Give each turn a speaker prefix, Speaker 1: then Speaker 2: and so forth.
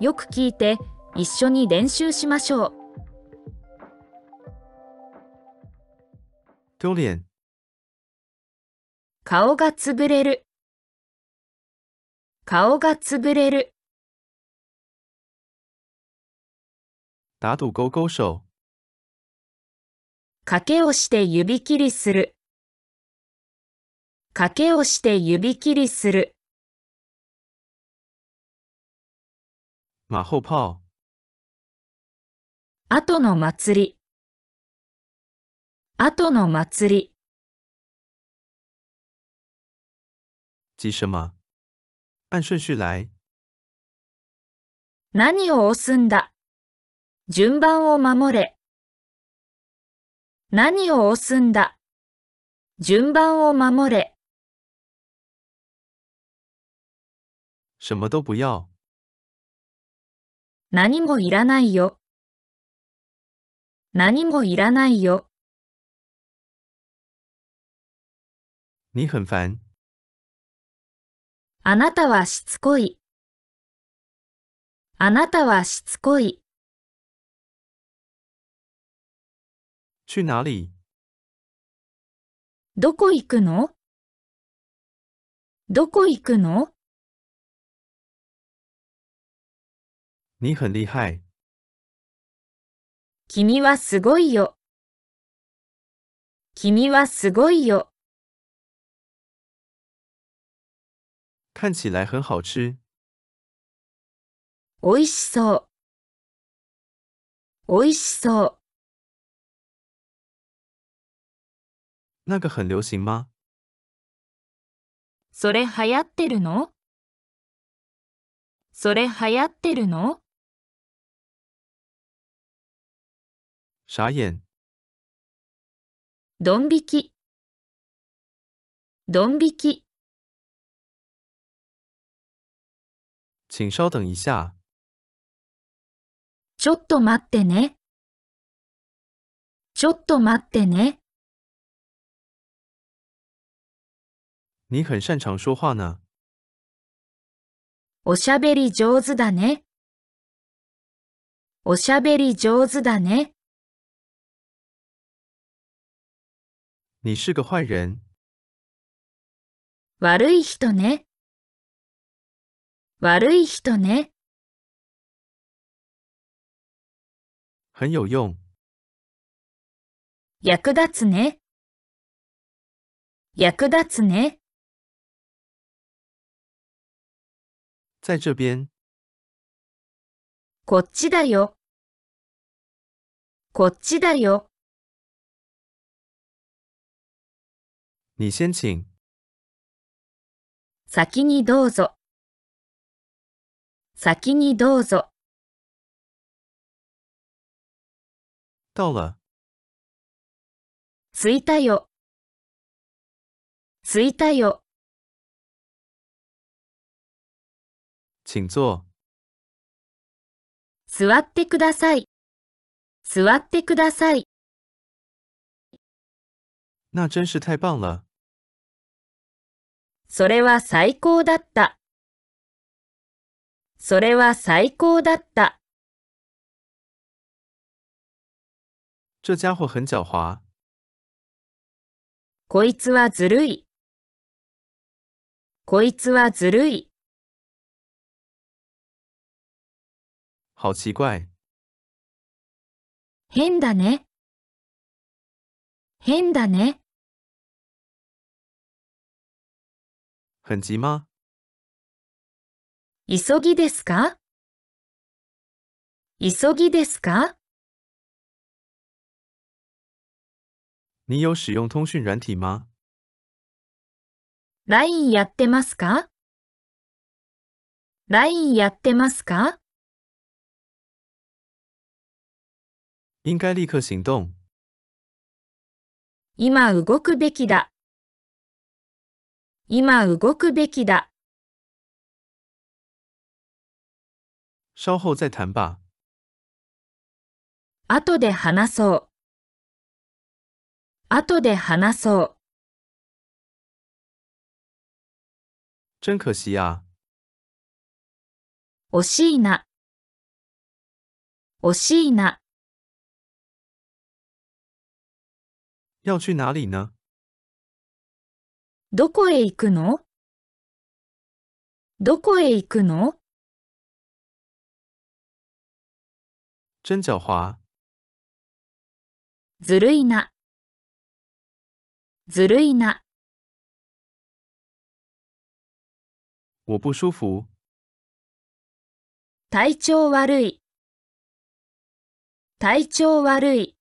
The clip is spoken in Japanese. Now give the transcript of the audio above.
Speaker 1: よく聞いて一緒に練習しましょう
Speaker 2: 丢脸、
Speaker 1: 顔が潰れる顔が潰れる
Speaker 2: 打赌勾勾手、
Speaker 1: 賭けをして指切りする賭けをして指切りする
Speaker 2: 马后炮、
Speaker 1: 後の祭り後の祭り
Speaker 2: 急什么？按顺序来，
Speaker 1: 何を押すんだ順番を守れ。何を押すんだ順番を守れ。
Speaker 2: 什么都不要，
Speaker 1: 何もいらないよ。何もいらないよ。
Speaker 2: 你很烦。
Speaker 1: あなたはしつこい。あなたはしつこい。
Speaker 2: 去哪里？
Speaker 1: どこ行くのどこ行くの
Speaker 2: 你很厉害。
Speaker 1: 君はすごいよ。君はすごいよ。
Speaker 2: 看起来很好吃，
Speaker 1: おいしそう。おいしそう。
Speaker 2: 那个很流行吗？
Speaker 1: それ流行ってるのそれ流行ってるの
Speaker 2: 傻眼，
Speaker 1: ドン引き。ドン引き。
Speaker 2: 请稍等一下，
Speaker 1: ちょっと待ってね。ちょっと待ってね。
Speaker 2: 你很擅长说话呢。
Speaker 1: おしゃべり上手だね。おしゃべり上手だね。
Speaker 2: 你是个坏人，
Speaker 1: 悪い人ね。悪い人ね。
Speaker 2: 很有用。
Speaker 1: 役立つね。役立つね。
Speaker 2: 在这边，
Speaker 1: こっちだよ。こっちだよ。
Speaker 2: 你先请。
Speaker 1: 先にどうぞ。先にどうぞ。
Speaker 2: 到了，
Speaker 1: 着いたよ。着いたよ。
Speaker 2: 请坐。
Speaker 1: 座ってください。座ってください。
Speaker 2: 那真是太棒了！
Speaker 1: それは最高だった。それは最高だった。
Speaker 2: 这家伙很狡猾。
Speaker 1: こいつはずるい。こいつはずるい。
Speaker 2: 好奇怪，
Speaker 1: 変だね。変だね。
Speaker 2: 很急吗？
Speaker 1: 急ぎですか急ぎですか
Speaker 2: 你有使用通讯软体吗？
Speaker 1: ?LINE やってますか ?LINE やってますか
Speaker 2: 应该立刻行动。
Speaker 1: 今動くべきだ。今動くべきだ。
Speaker 2: 稍后再谈吧。
Speaker 1: 後で話そう。後で話そう。
Speaker 2: 真可惜啊。
Speaker 1: 惜しいな。惜しいな。
Speaker 2: 要去哪里呢？
Speaker 1: どこへ行くのどこへ行くの
Speaker 2: 真狡猾！
Speaker 1: ずるいな。ずるいな。
Speaker 2: 我不舒服，
Speaker 1: 体調悪い。体調悪い。